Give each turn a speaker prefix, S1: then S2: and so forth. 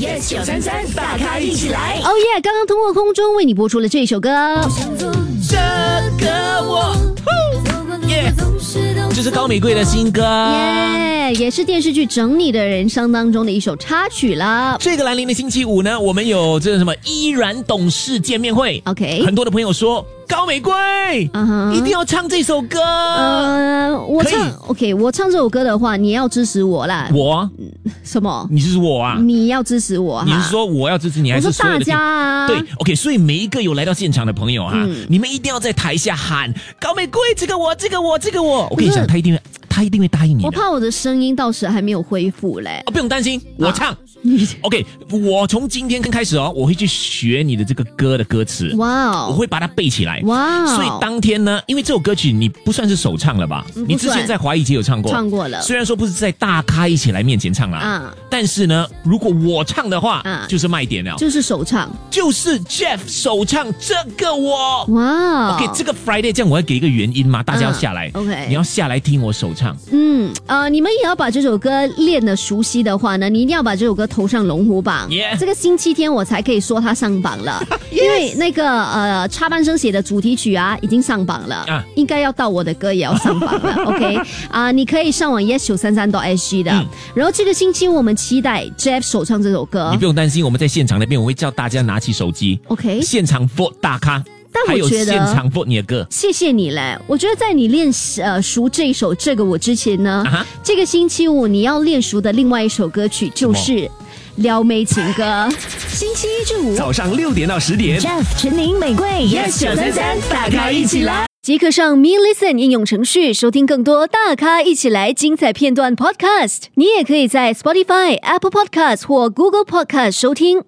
S1: yes 九三三，大咖一起来。
S2: 哦耶！刚刚通过空中为你播出了这首歌，
S3: 啊
S1: 这个我，耶，
S3: 这是高玫瑰的新歌。
S2: 耶，也是电视剧《整你的人生》当中的一首插曲啦。
S3: 这个来临的星期五呢，我们有这个什么依然懂事见面会。
S2: OK
S3: 很多的朋友说高玫瑰
S2: 嗯哼
S3: 一定要唱这首歌。
S2: 呃，我
S3: 可以
S2: 唱 OK，我唱这首歌的话，你要支持我啦。
S3: 我，啊
S2: 什么？
S3: 你是我啊？
S2: 你要支持我哈？
S3: 你是说我要支持你，还
S2: Uh-huh 我
S3: 是
S2: 说
S3: 所有
S2: 大
S3: 的听
S2: 家啊？
S3: 对，OK，所以每一个有来到现场的朋友啊，
S2: 嗯
S3: 你们一定要在台下喊高玫瑰，这个我，这个我，这个我。我跟你
S2: 不是
S3: 讲，他一定会，他一定会答应你
S2: 我
S3: 的。
S2: 怕我的声音到时还没有恢 复嘞。
S3: 哦，不用担心，
S2: 啊
S3: 我唱。OK，我从今天开始哦，我会去学你的这个歌的歌词，
S2: 哇
S3: 我
S2: 哦，
S3: 会把它背起来。
S2: 哇哦！
S3: 所以当天呢，因为这首歌曲你不算是首唱了吧？
S2: 嗯
S3: 你
S2: 不
S3: 之前
S2: 算
S3: 在华谊街有唱过，
S2: 唱过了
S3: 虽然说不是在大咖一起来面前唱啦，
S2: 啊
S3: 但是呢，如果我唱的话，
S2: 啊
S3: 就是卖点了，
S2: 就是首唱，
S3: 就是 Jeff 首唱这个我。
S2: 哇哦
S3: OK，这个 Friday 这样我要给一个原因嘛，大家要下来。
S2: 嗯，OK
S3: 你要下来听我首唱。
S2: 嗯呃，你们也要把这首歌练得熟悉的话呢，你一定要把这首歌投上龙虎榜。
S3: Yeah
S2: 这个星期天我才可以说它上榜 了因为那个呃插班生写的主题曲啊已经上榜了，
S3: 啊
S2: 应该要到我的歌也要上榜 了。OK 啊、你可以上网 yes 九三三 sg
S3: 嗯
S2: 的、然后这个星期我们期待 Jeff 首唱这首歌
S3: 你不。用担心，我们在现场那边我会叫大家拿起手机
S2: OK
S3: 现场 vote 大咖，
S2: 但我
S3: 还有
S2: 觉得
S3: 现场 vote 你的歌。
S2: 谢谢你嘞！我觉得在你练习呃熟这首这个我之前呢
S3: 啊哈
S2: 这个星期五你要练熟的另外一首歌曲就是《撩妹情歌》。
S1: 星期一至五
S4: 早上六点到十点，
S1: ，Jeff、陈宁、玫瑰，yes 九三三，大咖一起来。
S2: 即刻上 Me Listen 应用程序收听更多大咖一起来精彩片段 Podcast。你也可以在 Spotify、Apple Podcast 或 Google Podcast 收听。